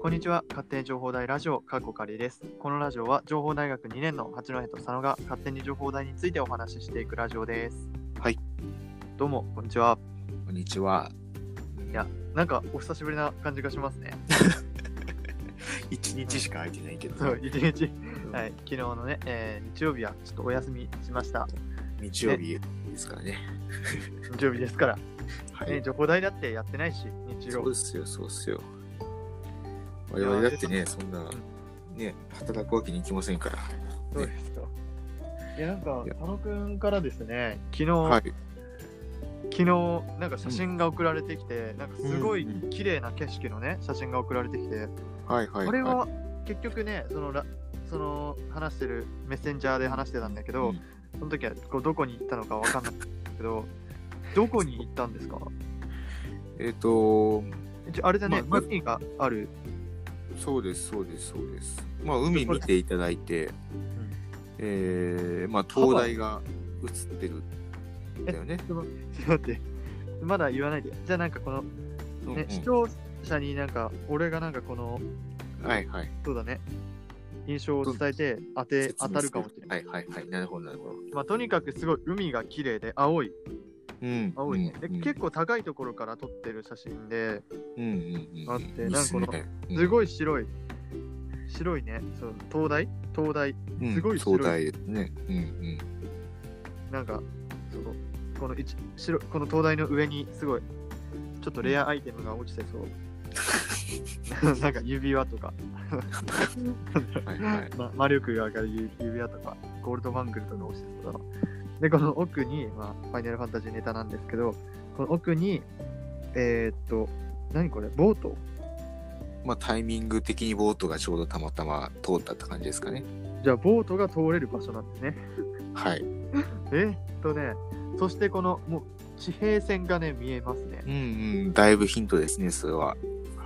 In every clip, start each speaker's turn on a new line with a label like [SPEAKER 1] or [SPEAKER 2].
[SPEAKER 1] こんにちは勝手に情報大ラジオかっこかりですこのラジオは情報大学2年の八戸と佐野が勝手に情報大についてお話ししていくラジオです
[SPEAKER 2] はい
[SPEAKER 1] どうもこんにちは
[SPEAKER 2] こんにちは。
[SPEAKER 1] いやなんかお久しぶりな感じがしますね
[SPEAKER 2] 一日しか空いてないけ ど、
[SPEAKER 1] そう一日
[SPEAKER 2] うん
[SPEAKER 1] はい昨日のね、えー日曜日はちょっとお休みしました
[SPEAKER 2] 日曜日ですからね。
[SPEAKER 1] 日曜日ですから、
[SPEAKER 2] は
[SPEAKER 1] ね、情報大だってやってないし日
[SPEAKER 2] そ
[SPEAKER 1] 曜
[SPEAKER 2] うですよ、そうですよ。我々だってね、そんな、ね、働くわけにいきませんから。
[SPEAKER 1] そうですよいやなんか
[SPEAKER 2] いや
[SPEAKER 1] 佐野くんからですね昨日、
[SPEAKER 2] はい。
[SPEAKER 1] 昨日なんか写真が送られてきて、なんかすごい綺麗な景色のね写真が送られてきて、
[SPEAKER 2] はいはい、はい。
[SPEAKER 1] これは結局ねそのラその話してるメッセンジャーで話してたんだけど、
[SPEAKER 2] うん
[SPEAKER 1] その時はこうどこに行ったのかわかんないけどどこに行ったんですか
[SPEAKER 2] えっ、と、
[SPEAKER 1] 一応あれだね、
[SPEAKER 2] まあ
[SPEAKER 1] 海がある
[SPEAKER 2] そうです、そうです、そうです。まあ、海見ていただいて、えー、まあ、灯台が映ってるんだよね。
[SPEAKER 1] ちょっと待ってまだ言わないでじゃあなんかこの、ね
[SPEAKER 2] うんうん
[SPEAKER 1] 視聴者になんか俺がなんかこの
[SPEAKER 2] はいはい。
[SPEAKER 1] そうだね印象を伝えて当て当たるかもしれない、
[SPEAKER 2] はいはいはい。なるほど、なるほど。
[SPEAKER 1] まあ、とにかくすごい海が綺麗で青い
[SPEAKER 2] うん。
[SPEAKER 1] 青いね、
[SPEAKER 2] う
[SPEAKER 1] で
[SPEAKER 2] んうん
[SPEAKER 1] 結構高いところから撮ってる写真で
[SPEAKER 2] うんうんうん。
[SPEAKER 1] あってなんかこの
[SPEAKER 2] いいっね
[SPEAKER 1] すごい白い、白いねそう灯台灯台
[SPEAKER 2] うん
[SPEAKER 1] すごい白い
[SPEAKER 2] 壮大ですね。うんうん。
[SPEAKER 1] なんかそのこの一白この灯台の上にすごいちょっとレアアイテムが落ちてそう、 なんか指輪とか、
[SPEAKER 2] はいはい。
[SPEAKER 1] ま、魔力が上がる指指輪とかゴールドバングルとか落ちてそうだなでこの奥に、まあ、ファイナルファンタジーネタなんですけどこの奥にえー、っと何これボート
[SPEAKER 2] まあタイミング的にボートがちょうどたまたま通ったって感じですかね。
[SPEAKER 1] じゃあボートが通れる場所なんですね
[SPEAKER 2] はい。
[SPEAKER 1] えっとね、そしてこのもう地平線がね、見えますね
[SPEAKER 2] う。んうん。だいぶヒントですね、それは。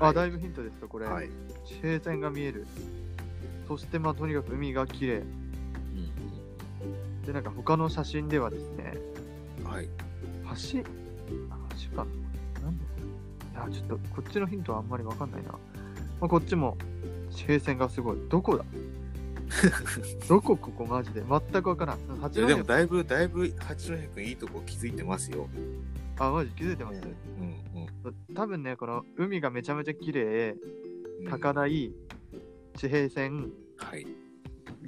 [SPEAKER 1] あ、だいぶヒントですと、これ、
[SPEAKER 2] はい。
[SPEAKER 1] 地平線が見える。そして、まあ、とにかく海が綺麗で、なんか他の写真ではですね、
[SPEAKER 2] はい。
[SPEAKER 1] 橋、あ橋かななんだあ、ちょっとこっちのヒントはあんまりわかんないな。まあ、こっちも地平線がすごい。ど こだどこここマジで全くわからん。
[SPEAKER 2] い
[SPEAKER 1] 八
[SPEAKER 2] や
[SPEAKER 1] 戸
[SPEAKER 2] でもだいぶ、だいぶ八戸君いいとこ気づいてますよ。
[SPEAKER 1] あ、マジ気づいて
[SPEAKER 2] う
[SPEAKER 1] ま
[SPEAKER 2] ん
[SPEAKER 1] す、
[SPEAKER 2] うん
[SPEAKER 1] 多分ね、この海がめちゃめちゃ綺麗、
[SPEAKER 2] うん。
[SPEAKER 1] 高台、地平線
[SPEAKER 2] はい。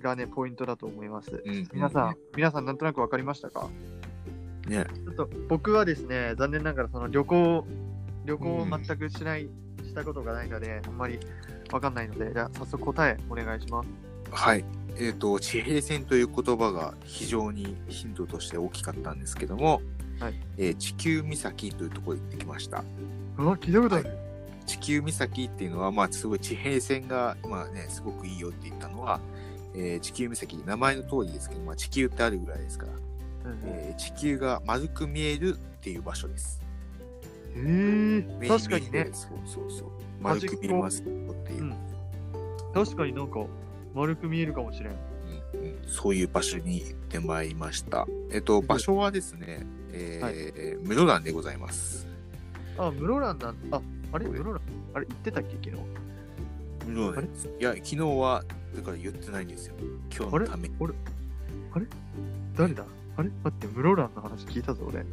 [SPEAKER 1] がね、ポイントだと思います。
[SPEAKER 2] うん
[SPEAKER 1] 皆さん、皆さん、なんとなく分かりましたか
[SPEAKER 2] ね。
[SPEAKER 1] ちょっと僕はですね、残念ながらその旅行、旅行を
[SPEAKER 2] うん
[SPEAKER 1] 全くしない、したことがないので、あんまり分かんないので、じゃあ早速答えお願いします。
[SPEAKER 2] はい。えっ、と、地平線という言葉が非常にヒントとして大きかったんですけども、
[SPEAKER 1] はい
[SPEAKER 2] えー地球岬というところに行ってきました。
[SPEAKER 1] うわ、聞いたことある。
[SPEAKER 2] 地球岬っていうのは、まあ、すごい地平線が、まあね、すごくいいよって言ったのは、えー地球岬、名前の通りですけど、まあ、地球ってあるぐらいですから、
[SPEAKER 1] うん
[SPEAKER 2] えー地球が丸く見えるっていう場所です。
[SPEAKER 1] えー、
[SPEAKER 2] メイン
[SPEAKER 1] 確かに
[SPEAKER 2] メイン
[SPEAKER 1] ね
[SPEAKER 2] で、そうそうそう。丸く見えますよっていう、
[SPEAKER 1] う
[SPEAKER 2] うんん
[SPEAKER 1] 確かになんか丸く見えるかもしれん。
[SPEAKER 2] うんそういう場所に行ってまいりました。えっと、場所はですね、え
[SPEAKER 1] はい
[SPEAKER 2] ー室蘭でございます。
[SPEAKER 1] あ、室蘭なんあ、あれ
[SPEAKER 2] これ
[SPEAKER 1] 室蘭あれ、行ってたっけ、昨日。
[SPEAKER 2] 室蘭です。いや、昨日は、だから言ってないんですよ。今日のために。
[SPEAKER 1] 誰だあれ待って、室蘭の話聞いたぞ、俺。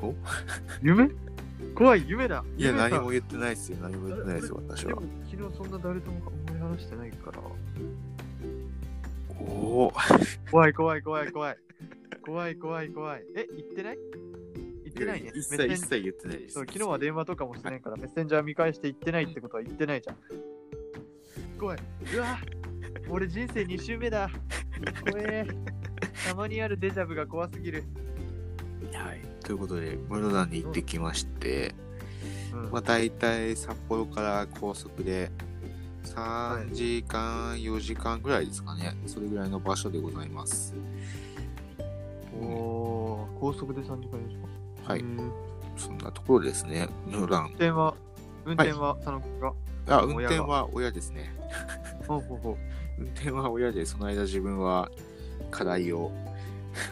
[SPEAKER 2] おお
[SPEAKER 1] 夢怖い、夢だ。
[SPEAKER 2] いや、
[SPEAKER 1] 夢だ
[SPEAKER 2] 何も言ってないですよ。何も言ってないですよ、私
[SPEAKER 1] で
[SPEAKER 2] は
[SPEAKER 1] も。昨日そんな誰ともあんまり話してないから。
[SPEAKER 2] おお。
[SPEAKER 1] 怖い怖い怖い 怖い。怖い怖い怖い。え、行ってない行ってないね。
[SPEAKER 2] 一
[SPEAKER 1] メ
[SPEAKER 2] 切
[SPEAKER 1] ッセン
[SPEAKER 2] 一切言ってないです。
[SPEAKER 1] そう昨日は電話とかもしてないから、メッセンジャー見返して行ってないってことは言ってないじゃん。怖い。うわ俺人生2周目だ。怖え。たまにあるデジャブが怖すぎる。
[SPEAKER 2] はい。ということで、室蘭に行ってきまして、
[SPEAKER 1] うん
[SPEAKER 2] まあ、大体札幌から高速で3時間、4時間ぐらいですかね。それぐらいの場所でございます。
[SPEAKER 1] おー、高速で3時間でしょ。
[SPEAKER 2] はい。
[SPEAKER 1] うん
[SPEAKER 2] そんなところですね。室蘭。
[SPEAKER 1] 運転は、運転は佐野君が。
[SPEAKER 2] あ、
[SPEAKER 1] 親が
[SPEAKER 2] 運転は親ですね。
[SPEAKER 1] ほうほうほう。
[SPEAKER 2] 運転は親で、その間自分は課題を、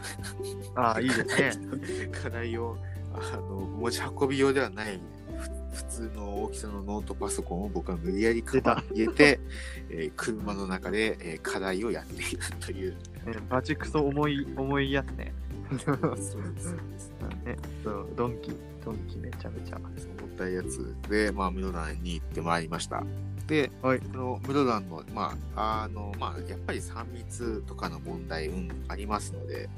[SPEAKER 1] ああ、いいですね。
[SPEAKER 2] 課題を、あの、持ち運び用ではない、 普通の大きさのノートパソコンを僕は無理やりカ バンに入れて、えー車の中で、えー課題をやっているという。
[SPEAKER 1] ねバチクソ重い、重いやつね。
[SPEAKER 2] そうです
[SPEAKER 1] ね、 そうドンキ、ドンキめちゃめちゃ。
[SPEAKER 2] 重たいやつで、まあ、室蘭に行ってまいりました。で、
[SPEAKER 1] はい
[SPEAKER 2] その室蘭の、まあ、あの、まあ、やっぱり3密とかの問題、うん、ありますので、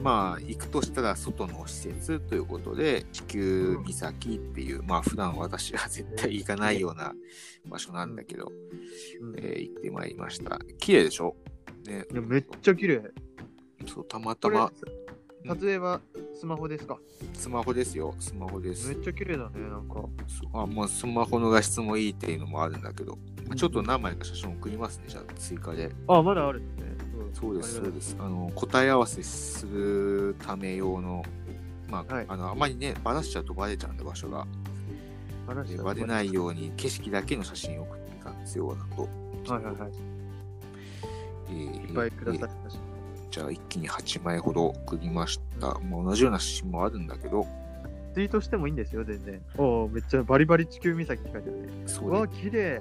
[SPEAKER 1] あ、
[SPEAKER 2] まあ、行くとしたら外の施設ということで、地球岬っていう、まあ、普段私は絶対行かないような場所なんだけど、
[SPEAKER 1] うん
[SPEAKER 2] えー行ってまいりました。綺麗でしょね
[SPEAKER 1] いやめっちゃ綺麗。
[SPEAKER 2] そう、たまた
[SPEAKER 1] これ
[SPEAKER 2] ま、
[SPEAKER 1] 撮影はスマホですか、
[SPEAKER 2] スマホですよ、スマホです
[SPEAKER 1] め。っちゃ綺麗だね、なんか。
[SPEAKER 2] そうあまあ、スマホの画質もいいっていうのもあるんだけど、まあちょっと何枚か写真送りますね、じゃあ追加で。
[SPEAKER 1] あ、まだあるんですね。
[SPEAKER 2] そうです、
[SPEAKER 1] あ
[SPEAKER 2] そ
[SPEAKER 1] り
[SPEAKER 2] う
[SPEAKER 1] がと
[SPEAKER 2] です。あの答え合わせするため用の、まあ、
[SPEAKER 1] はい
[SPEAKER 2] あのあまりね、ばらしちゃうとばれちゃうんで、場所が。
[SPEAKER 1] 話
[SPEAKER 2] で
[SPEAKER 1] が
[SPEAKER 2] ばれないように、景色だけの写真を送ってたんですよ、なんと。
[SPEAKER 1] はいはいはい。
[SPEAKER 2] えー
[SPEAKER 1] いっぱいください。
[SPEAKER 2] えーじゃあ、一気に8枚ほど送りました。まあ、同じような写真もあるんだけど、
[SPEAKER 1] ツイートしてもいいんですよ、全然。おお、めっちゃバリバリ地球岬って書いてあるね。
[SPEAKER 2] そううで
[SPEAKER 1] わ、綺麗。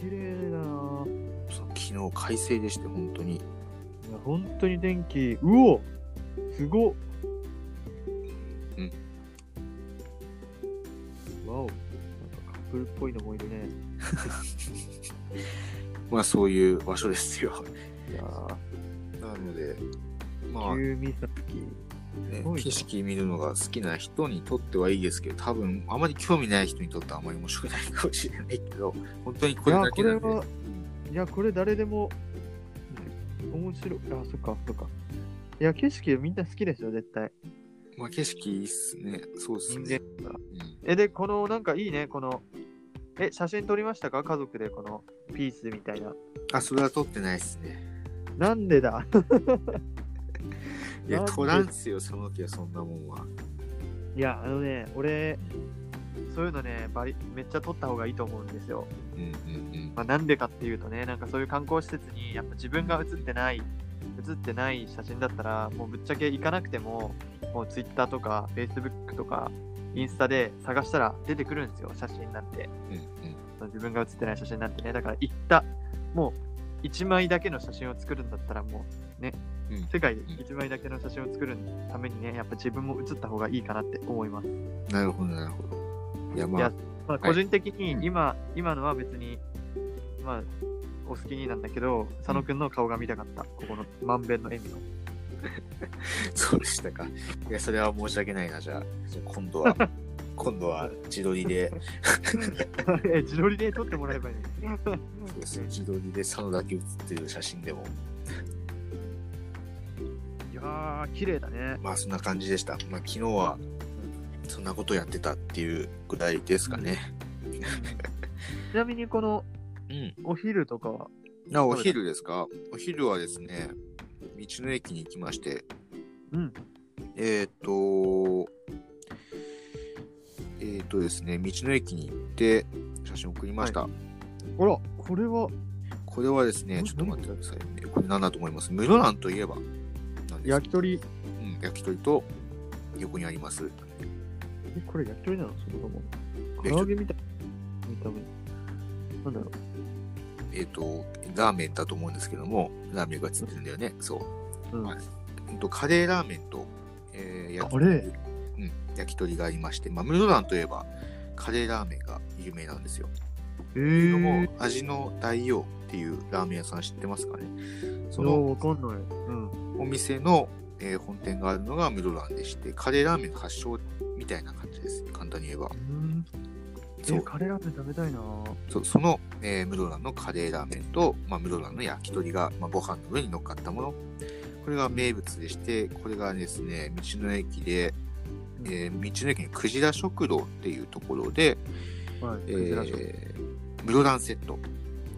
[SPEAKER 1] 綺麗だなぁい
[SPEAKER 2] そう昨日快晴でして、本当に。
[SPEAKER 1] や、本当に天気。うおすごっ。
[SPEAKER 2] うん。
[SPEAKER 1] わお。なんかカップルっぽいのもいるね。
[SPEAKER 2] まあ、そういう場所で すよ。
[SPEAKER 1] いやー
[SPEAKER 2] なので、まあ、
[SPEAKER 1] 地球岬。
[SPEAKER 2] ね
[SPEAKER 1] すごいな
[SPEAKER 2] 景色見るのが好きな人にとってはいいですけど、多分あまり興味ない人にとってはあまり面白くないかもしれないけど、本当にこ
[SPEAKER 1] い
[SPEAKER 2] れ
[SPEAKER 1] や
[SPEAKER 2] だ、
[SPEAKER 1] こ
[SPEAKER 2] けな
[SPEAKER 1] れ
[SPEAKER 2] んで、
[SPEAKER 1] は、いや、これ誰でも、面白い。あ、そっか、そっか。いや、景色みんな好きですよ、絶対。
[SPEAKER 2] まあ、景色いいっすね。そうっす
[SPEAKER 1] 人
[SPEAKER 2] ね
[SPEAKER 1] 間。え、で、この、なんかいいね、この、え、写真撮りましたか家族で、この、ピースみたいな。
[SPEAKER 2] うんあ、それは撮ってないっすね。
[SPEAKER 1] なんでだ
[SPEAKER 2] いや、
[SPEAKER 1] なんで
[SPEAKER 2] 撮らんっすよ、その時はそんなもんは。
[SPEAKER 1] いや、あのね、俺、そういうのね、バリめっちゃ撮った方がいいと思うんですよ。
[SPEAKER 2] うんうん
[SPEAKER 1] まあ、なんでかっていうとね、なんかそういう観光施設に、やっぱ自分が写ってない、写ってない写真だったら、もうぶっちゃけ行かなくても、もう Twitter とか Facebook とか、インスタで探したら出てくるんですよ、写真なんて。
[SPEAKER 2] うん。うん
[SPEAKER 1] その自分が写ってない写真なんてね、だから行った、もう1枚だけの写真を作るんだったら、もうね、
[SPEAKER 2] うん
[SPEAKER 1] 世界で1枚だけの写真を作るためにね、やっぱ自分も写った方がいいかなって思います。
[SPEAKER 2] うん。なるほど、なるほど。いや、ま
[SPEAKER 1] い
[SPEAKER 2] あ
[SPEAKER 1] や、まあ、
[SPEAKER 2] はい
[SPEAKER 1] 個人的
[SPEAKER 2] うん
[SPEAKER 1] に今、今のは別に、まあ、お好きになんだけど、佐野くんの顔が見たかった、ここのまんべんの笑みの。
[SPEAKER 2] そうでしたか。いや、それは申し訳ないな、じゃあ。じゃあ今度 は、今度は自撮りで、
[SPEAKER 1] え自撮りで撮ってもらえばいい のに。
[SPEAKER 2] そうですね自撮りで佐野だけ写ってる写真でも、
[SPEAKER 1] いやー、綺麗だね。
[SPEAKER 2] まあそんな感じでした。まあ昨日はそんなことやってたっていうぐらいですかね。
[SPEAKER 1] ちなみに、この
[SPEAKER 2] うん。
[SPEAKER 1] お昼とかは、
[SPEAKER 2] なお昼ですかお昼はですね、道の駅に行きまして、
[SPEAKER 1] うん、
[SPEAKER 2] えーっ、と、えーっ、とですね、道の駅に行って写真送りました。
[SPEAKER 1] ほら、これは、
[SPEAKER 2] これはですね、
[SPEAKER 1] ん
[SPEAKER 2] ちょっと待ってくださいね。これ何だと思います室蘭といえばなんです
[SPEAKER 1] 焼き鳥、
[SPEAKER 2] うん、焼き鳥と横にあります。
[SPEAKER 1] えこれ焼き鳥なのそれとも。唐揚げみたいな見た目。なんだろう。
[SPEAKER 2] えっ、と、ラーメンだと思うんですけども、ラーメンがついてるんだよね。そう。
[SPEAKER 1] うん
[SPEAKER 2] はいうんとカレーラーメンと、えー焼き
[SPEAKER 1] カレー
[SPEAKER 2] うん、焼き鳥がありまして、まあ、室蘭といえばカレーラーメンが有名なんですよ。
[SPEAKER 1] え
[SPEAKER 2] けども
[SPEAKER 1] ー、
[SPEAKER 2] 味の大王っていうラーメン屋さん知ってますかねそ
[SPEAKER 1] そ
[SPEAKER 2] の
[SPEAKER 1] う、わかんない。うん。
[SPEAKER 2] お店の、えー本店があるのが室蘭でして、カレーラーメンの発祥みたいな感じです。簡単に言えば。
[SPEAKER 1] うん
[SPEAKER 2] そ
[SPEAKER 1] え、
[SPEAKER 2] う
[SPEAKER 1] カレーラーメン食べたいなぁ
[SPEAKER 2] そその、えー、室蘭のカレーラーメンと、まあ、室蘭の焼き鳥が、まあ、ご飯の上に乗っかったもの。これが名物でして、これがですね、道の駅で、
[SPEAKER 1] うん
[SPEAKER 2] えー道の駅にクジラ食堂っていうところで、
[SPEAKER 1] はい。
[SPEAKER 2] え
[SPEAKER 1] クジラショー
[SPEAKER 2] ー、室蘭セット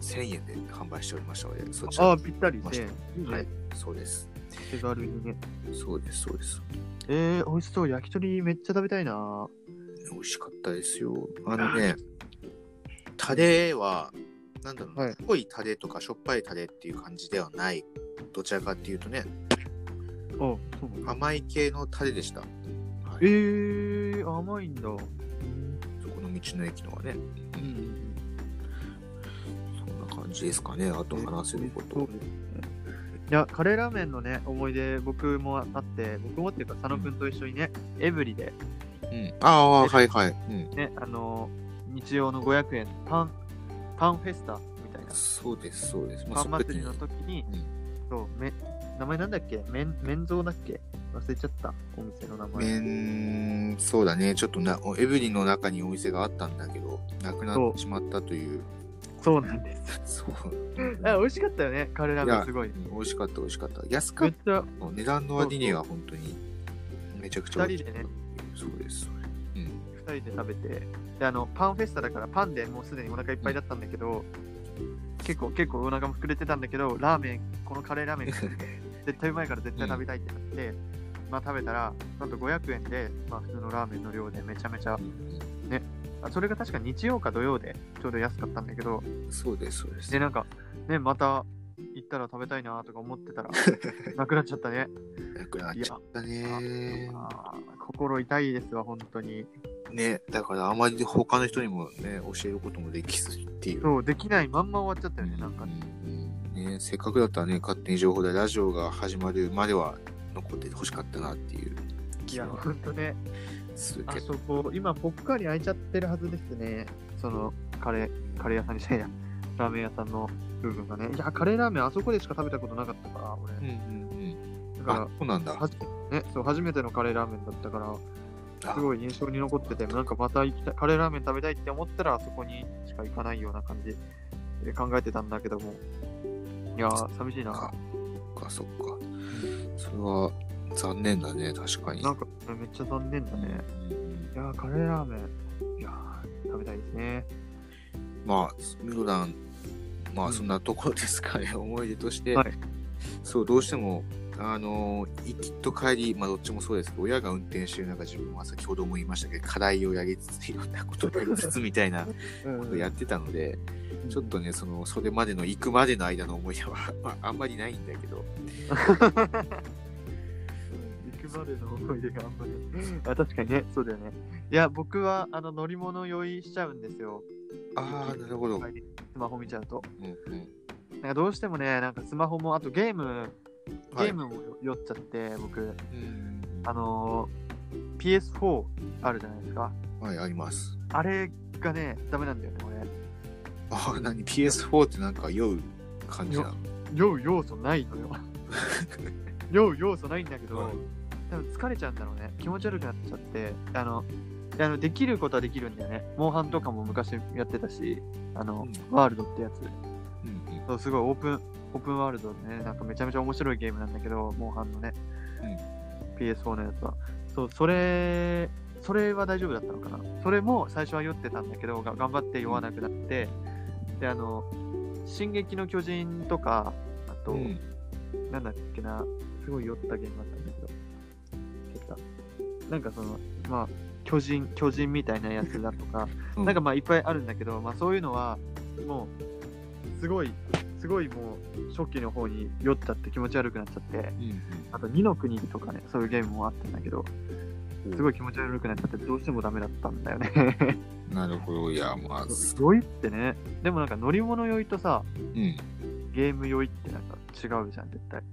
[SPEAKER 2] 1000円で販売しておりましたので、そちら
[SPEAKER 1] ああ、ぴったり
[SPEAKER 2] ま
[SPEAKER 1] で
[SPEAKER 2] した
[SPEAKER 1] いいね
[SPEAKER 2] はい、そうです。
[SPEAKER 1] 手軽にね。
[SPEAKER 2] そうです、そうです。
[SPEAKER 1] えー、美味しそう。焼き鳥めっちゃ食べたいなぁ
[SPEAKER 2] 美味しかったですよ。あのね、タレは、なんだろうな、
[SPEAKER 1] はい
[SPEAKER 2] 濃いタレとかしょっぱいタレっていう感じではない。どちらかっていうと
[SPEAKER 1] あ、
[SPEAKER 2] ね、
[SPEAKER 1] そうなんだ。
[SPEAKER 2] 甘い系のタレでした。は
[SPEAKER 1] え
[SPEAKER 2] い、
[SPEAKER 1] ー、甘いんだ。
[SPEAKER 2] そこのの駅のはね。
[SPEAKER 1] うんうん
[SPEAKER 2] そんな感じですかね。あと話せるこ
[SPEAKER 1] そ
[SPEAKER 2] と
[SPEAKER 1] う。ですねいや、カレーラーメンのね、思い出、僕もあって、僕もっていうか、佐野くんと一緒にね、エブリで、
[SPEAKER 2] うん、ああ、はいはい。うん。
[SPEAKER 1] ね、あのー、日曜の500円、パン、パンフェスタみたいな、
[SPEAKER 2] そうです、そうです。
[SPEAKER 1] パ
[SPEAKER 2] そ
[SPEAKER 1] ン
[SPEAKER 2] の時
[SPEAKER 1] 祭りの時に
[SPEAKER 2] うん、
[SPEAKER 1] そう、め、名前なんだっけめん、麺蔵だっけ忘れちゃった、お店の名前。
[SPEAKER 2] 麺そうだね。ちょっとな、エブリンの中にお店があったんだけど、なくなってしまったという。
[SPEAKER 1] そうなんです。
[SPEAKER 2] そう。
[SPEAKER 1] あ美味しかったよね、カレーラーメン、すごい。
[SPEAKER 2] うん美味しかった、美味しかった。安か
[SPEAKER 1] めっ
[SPEAKER 2] っ
[SPEAKER 1] ちゃ、
[SPEAKER 2] た。値段の割には本当に、めちゃくちゃ美味しかった
[SPEAKER 1] 二人
[SPEAKER 2] そうです。そうですうん。
[SPEAKER 1] 二人で食べてであのパンフェスタだからパンでもうすでにお腹いっぱいだったんだけど、結構結構お腹も膨れてたんだけどラーメンこのカレーラーメン絶対うまいから絶対食べたいってなって、まあ食べたらなんと500円で、まあ、普通のラーメンの量でめちゃめちゃあそれが確か日曜か土曜でちょうど安かったんだけど
[SPEAKER 2] そうです、そうです
[SPEAKER 1] で。なんかねまた行ったら食べたいなとか思ってた らなくなっちゃったね
[SPEAKER 2] なくなっちゃったね。
[SPEAKER 1] あー心痛いですわ本当に
[SPEAKER 2] ね、だからあまり他の人にもね、教えることもできずっていう。
[SPEAKER 1] そうできないまんま終わっちゃったよねなんか
[SPEAKER 2] うんうんね、せっかくだったらね、勝手に情報でラジオが始まるまでは残っててほしかったなっていう
[SPEAKER 1] い
[SPEAKER 2] 気
[SPEAKER 1] や
[SPEAKER 2] は
[SPEAKER 1] 本当ね
[SPEAKER 2] する
[SPEAKER 1] あ
[SPEAKER 2] けど。
[SPEAKER 1] そこ、今ぽっかり開いちゃってるはずですね。そのカレー、カレー屋さんにせや、 ラーメン屋さんの部分がね。いや、カレーラーメンあそこでしか食べたことなかったから、俺。
[SPEAKER 2] うんうん
[SPEAKER 1] だ
[SPEAKER 2] うん、あ
[SPEAKER 1] か
[SPEAKER 2] そうなんだ
[SPEAKER 1] ら、。はじね、そう初めてのカレーラーメンだったから、
[SPEAKER 2] あ
[SPEAKER 1] すごい印象に残ってて、なんかまた行きたい、カレーラーメン食べたいって思ったら、あそこにしか行かないような感じで考えてたんだけども。いやー、寂しい
[SPEAKER 2] そっ
[SPEAKER 1] な
[SPEAKER 2] か。、そっかそっか。それは残念だね、確かに。
[SPEAKER 1] なんか、めっちゃ残念だね。いやー、カレーラーメン、いやー、食べたいですね。
[SPEAKER 2] まあ、ミロラン、
[SPEAKER 1] う
[SPEAKER 2] まあ
[SPEAKER 1] ん
[SPEAKER 2] そんなところですかね、 思い出として、
[SPEAKER 1] はい
[SPEAKER 2] そう、どうしても、あのー、行きと帰り、まあどっちもそうですけど、親が運転してる中、自分は先ほども言いましたけど、課題をやりつつ、いろんなことをやりつつみたいなことをやってたので、ちょっとね、その、それまでの、行くまでの間の思い出は、まあ、あんまりないんだけど、
[SPEAKER 1] 行くまでの思い出があんまり。 あ、確かにね、そうだよね。いや、僕はあの乗り物用意しちゃうんですよ。
[SPEAKER 2] ああ、なるほど。うん
[SPEAKER 1] 帰りスマホ見ちゃうと。
[SPEAKER 2] うん
[SPEAKER 1] なんかどうしてもね、なんかスマホも、あとゲーム、ゲ
[SPEAKER 2] はい
[SPEAKER 1] ームもよ酔っちゃって、僕、
[SPEAKER 2] うん
[SPEAKER 1] あのー PS4 あるじゃないですか。
[SPEAKER 2] はい、あります。
[SPEAKER 1] あれがね、ダメなんだよね、
[SPEAKER 2] ああ、何 ?PS4 ってなんか酔う感じなの
[SPEAKER 1] 俺。酔う要素ないの よ。酔う要素ないんだけど、
[SPEAKER 2] はい
[SPEAKER 1] 多分疲れちゃうんだろうね気持ち悪くなっちゃってあのあのできることはできるんだよねモンハンとかも昔やってたしあの、
[SPEAKER 2] う
[SPEAKER 1] ワールドってやつ
[SPEAKER 2] うんうん
[SPEAKER 1] そうすごいオープンオープンワールドでねなんかめちゃめちゃ面白いゲームなんだけどモンハンのね、PS4 のやつはそうそれそれは大丈夫だったのかなそれも最初は酔ってたんだけどが頑張って酔わなくなって、であの「進撃の巨人」とかあと、
[SPEAKER 2] うん
[SPEAKER 1] なんだっけな、すごい酔ったゲームだったんだけど、消ったなんかその、まあ、巨人、巨人みたいなやつだとか、
[SPEAKER 2] うん
[SPEAKER 1] なんかまあいっぱいあるんだけど、まあそういうのは、もう、すごい、すごいもう、初期の方に酔っちゃって気持ち悪くなっちゃって、
[SPEAKER 2] うんうん
[SPEAKER 1] あと、二の国とかね、そういうゲームもあったんだけど、すごい気持ち悪くなっちゃって、どうしてもダメだったんだよね。
[SPEAKER 2] なるほど、いや、まあ、
[SPEAKER 1] すごいってね、でもなんか乗り物酔いとさ、
[SPEAKER 2] うん。
[SPEAKER 1] ゲーム酔いってなんか違うじゃん、絶対。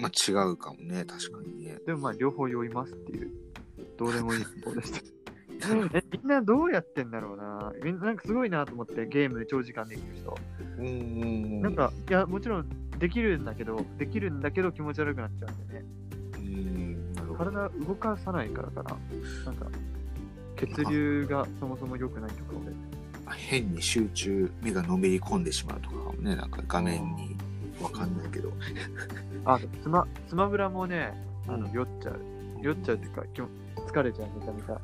[SPEAKER 2] まあ、違うかもね、確かにね。
[SPEAKER 1] でもまあ両方酔いますっていう、どうでもいい方で した。えみんなどうやってんだろうな。みんななんかすごいなと思って、ゲーム長時間できる人。
[SPEAKER 2] うんうんうん。
[SPEAKER 1] なんか、いや、もちろんできるんだけど、できるんだけど気持ち悪くなっちゃうんだよね。
[SPEAKER 2] うん、なるほど。
[SPEAKER 1] 体動かさないからかな。なんか、血流がそもそも良くないとか、俺。
[SPEAKER 2] 変に集中、目がのめり込んでしまうとかもね、なんか画面に、わかんないけど。
[SPEAKER 1] あ、スマスマブラもね、あの
[SPEAKER 2] うん
[SPEAKER 1] 酔っちゃう。酔っちゃうっていうか、きも疲れちゃう、めちゃめちゃ。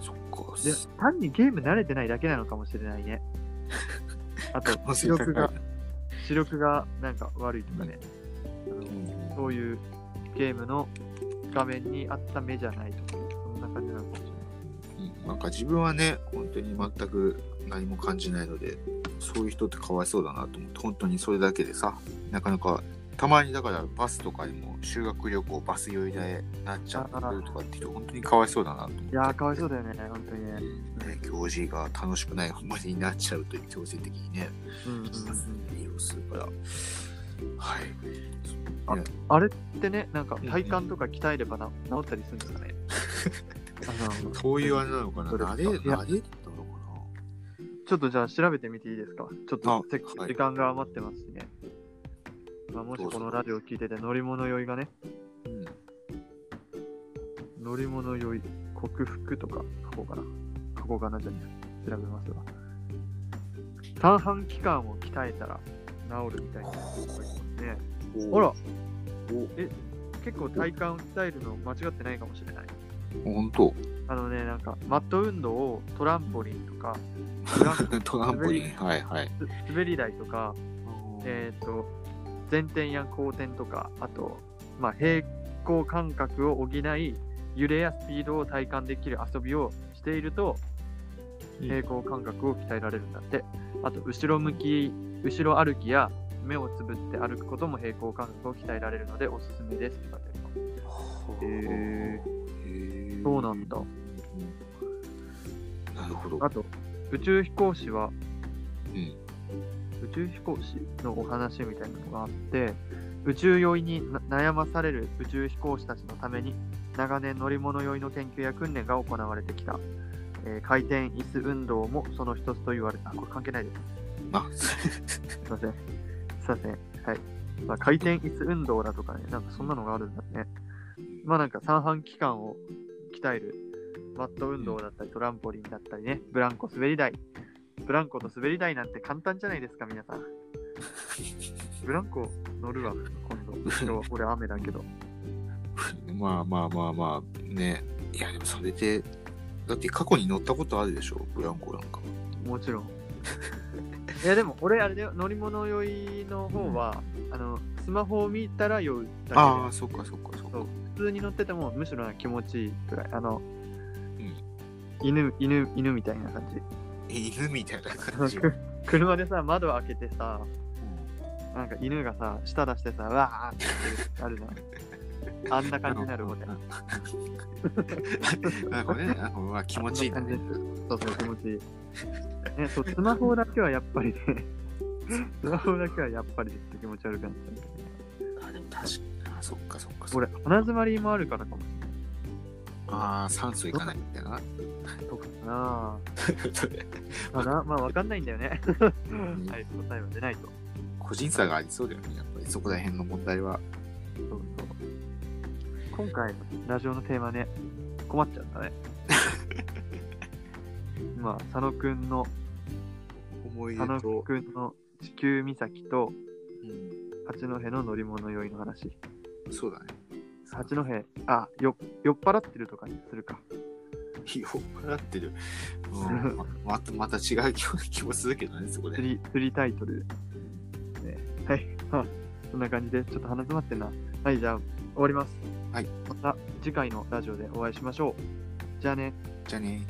[SPEAKER 2] そっか。
[SPEAKER 1] で、単にゲーム慣れてないだけなのかもしれ ないね。あと
[SPEAKER 2] 可、能
[SPEAKER 1] 視
[SPEAKER 2] 性高
[SPEAKER 1] 力
[SPEAKER 2] い
[SPEAKER 1] が、視力がなんか悪いとかね、
[SPEAKER 2] うん
[SPEAKER 1] そういうゲームの画面に合った目じゃないとか、そんな感じなのかもしれない。
[SPEAKER 2] うんなんか自分はね、本当に全く何も感じないので、そういう人ってかわいそうだなと思って、本当にそれだけでさ、なかなかたまにだからバスとかでも修学旅行バス酔いでなっちゃってるとかって人本当にかわいそうだなと思って
[SPEAKER 1] いやー、かわいそうだよね、本当にね。
[SPEAKER 2] ね行事が楽しくない思い出になっちゃうという強制的にね、
[SPEAKER 1] うんうんうん
[SPEAKER 2] 利用するからはい
[SPEAKER 1] あれってね、なんか体幹とか鍛えればな治ったりするんですか ね。あの
[SPEAKER 2] そういうあれなのかな
[SPEAKER 1] そうですか
[SPEAKER 2] 慣れ
[SPEAKER 1] いや
[SPEAKER 2] 慣れたのか
[SPEAKER 1] ちょっとじゃあ調べてみていいですかちょっ
[SPEAKER 2] あ
[SPEAKER 1] とせっ
[SPEAKER 2] はい
[SPEAKER 1] 時間が余ってますしね。まあ、もし
[SPEAKER 2] どうぞ
[SPEAKER 1] このラジオ聞いてて乗り物酔いがね、
[SPEAKER 2] な、うん、
[SPEAKER 1] 乗り物酔い、克服とか書こうかな。書こうかなじゃねえ調べますわ。三半規管を鍛えたら治るみたいな。ね、
[SPEAKER 2] お
[SPEAKER 1] あら、
[SPEAKER 2] お
[SPEAKER 1] 結構体幹を鍛えるの間違ってないかもしれない。
[SPEAKER 2] 本当
[SPEAKER 1] あのね、なんか、マット運動をトランポリンとか、トラ ン
[SPEAKER 2] トランポリンはいはい
[SPEAKER 1] 滑り台とか、えっ、と、前転や後転とか、あと、まあ、平行感覚を補い、揺れやスピードを体感できる遊びをしていると、
[SPEAKER 2] うん
[SPEAKER 1] 平行感覚を鍛えられるんだって。あと、後ろ向き、後ろ歩きや、目をつぶって歩くことも平行感覚を鍛えられるのでおすすめですって書いてあります。
[SPEAKER 2] へ
[SPEAKER 1] へ
[SPEAKER 2] え
[SPEAKER 1] そうなんだ
[SPEAKER 2] なるほど
[SPEAKER 1] あと、宇宙飛行士は、
[SPEAKER 2] うん
[SPEAKER 1] 宇宙飛行士のお話みたいなのがあって、宇宙酔いにな悩まされる宇宙飛行士たちのために、長年乗り物酔いの研究や訓練が行われてきた、えー回転椅子運動もその一つと言われた。これ関係ないです。
[SPEAKER 2] あ
[SPEAKER 1] すいません。すいません。はい。まあ、回転椅子運動だとかね、なんかそんなのがあるんだね。まあなんか三半規管を鍛えるマット運動だったりトランポリンだったりね、ブランコ滑り台。ブランコと滑り台なんて簡単じゃないですか、皆さん。ブランコ乗るわ、今度。今日俺雨だけど。
[SPEAKER 2] まあま あまあまあねいやでもそれでだって過去に乗ったことあるでしょブランコなんか
[SPEAKER 1] もちろん。いやでも俺あれだよ、乗り物酔いの方は、あの、スマホを見たら酔うだけで
[SPEAKER 2] ああそっかそっかそっ
[SPEAKER 1] そ
[SPEAKER 2] か
[SPEAKER 1] う普通に乗っててもむしろなんか気持ちいいくらい。あの、
[SPEAKER 2] ん
[SPEAKER 1] 犬、犬、犬みたいな感じ。
[SPEAKER 2] 犬みたいな感 じ
[SPEAKER 1] く車でさ、窓開けてさ、なんか犬がさ、舌出してさ、わーってあるじゃん。あ んな感じになる俺。
[SPEAKER 2] なんかねあのまあ気持ちいいね
[SPEAKER 1] あんな感じそうそう、気持ちいい。ね、そう、スマホだけはやっぱりね、スマホだけはやっぱりちょっと気持ち悪くなっちゃう。
[SPEAKER 2] あでも確かにあそっかそっかそっ
[SPEAKER 1] 俺
[SPEAKER 2] か、
[SPEAKER 1] 鼻づまりもあるからかもし
[SPEAKER 2] ああ酸素いかないみたいな
[SPEAKER 1] れない。とかなまあな、まあわかんないんだよね。はい、答えは出ないと。
[SPEAKER 2] 個人差がありそうだよねやっぱりそこら辺の問題は
[SPEAKER 1] そうそう。今回のラジオのテーマね、困っちゃった ね。まあ、佐野くんの、
[SPEAKER 2] 思い
[SPEAKER 1] 佐
[SPEAKER 2] 出
[SPEAKER 1] 野
[SPEAKER 2] と、
[SPEAKER 1] くんの地球岬と
[SPEAKER 2] うん
[SPEAKER 1] 八戸の乗り物酔いの話。
[SPEAKER 2] そうだね
[SPEAKER 1] 八戸、あ、よ酔っ払ってるとかにするか。
[SPEAKER 2] 酔っ払ってる、うん、 ままたまた違う気も 気もするけどねそこで
[SPEAKER 1] 釣り、釣りタイトル。ね、はい、まあ、そんな感じで、ちょっと鼻詰まってんな。はい、じゃあ、終わります。
[SPEAKER 2] はい。
[SPEAKER 1] また次回のラジオでお会いしましょう。じゃあね。
[SPEAKER 2] じゃあね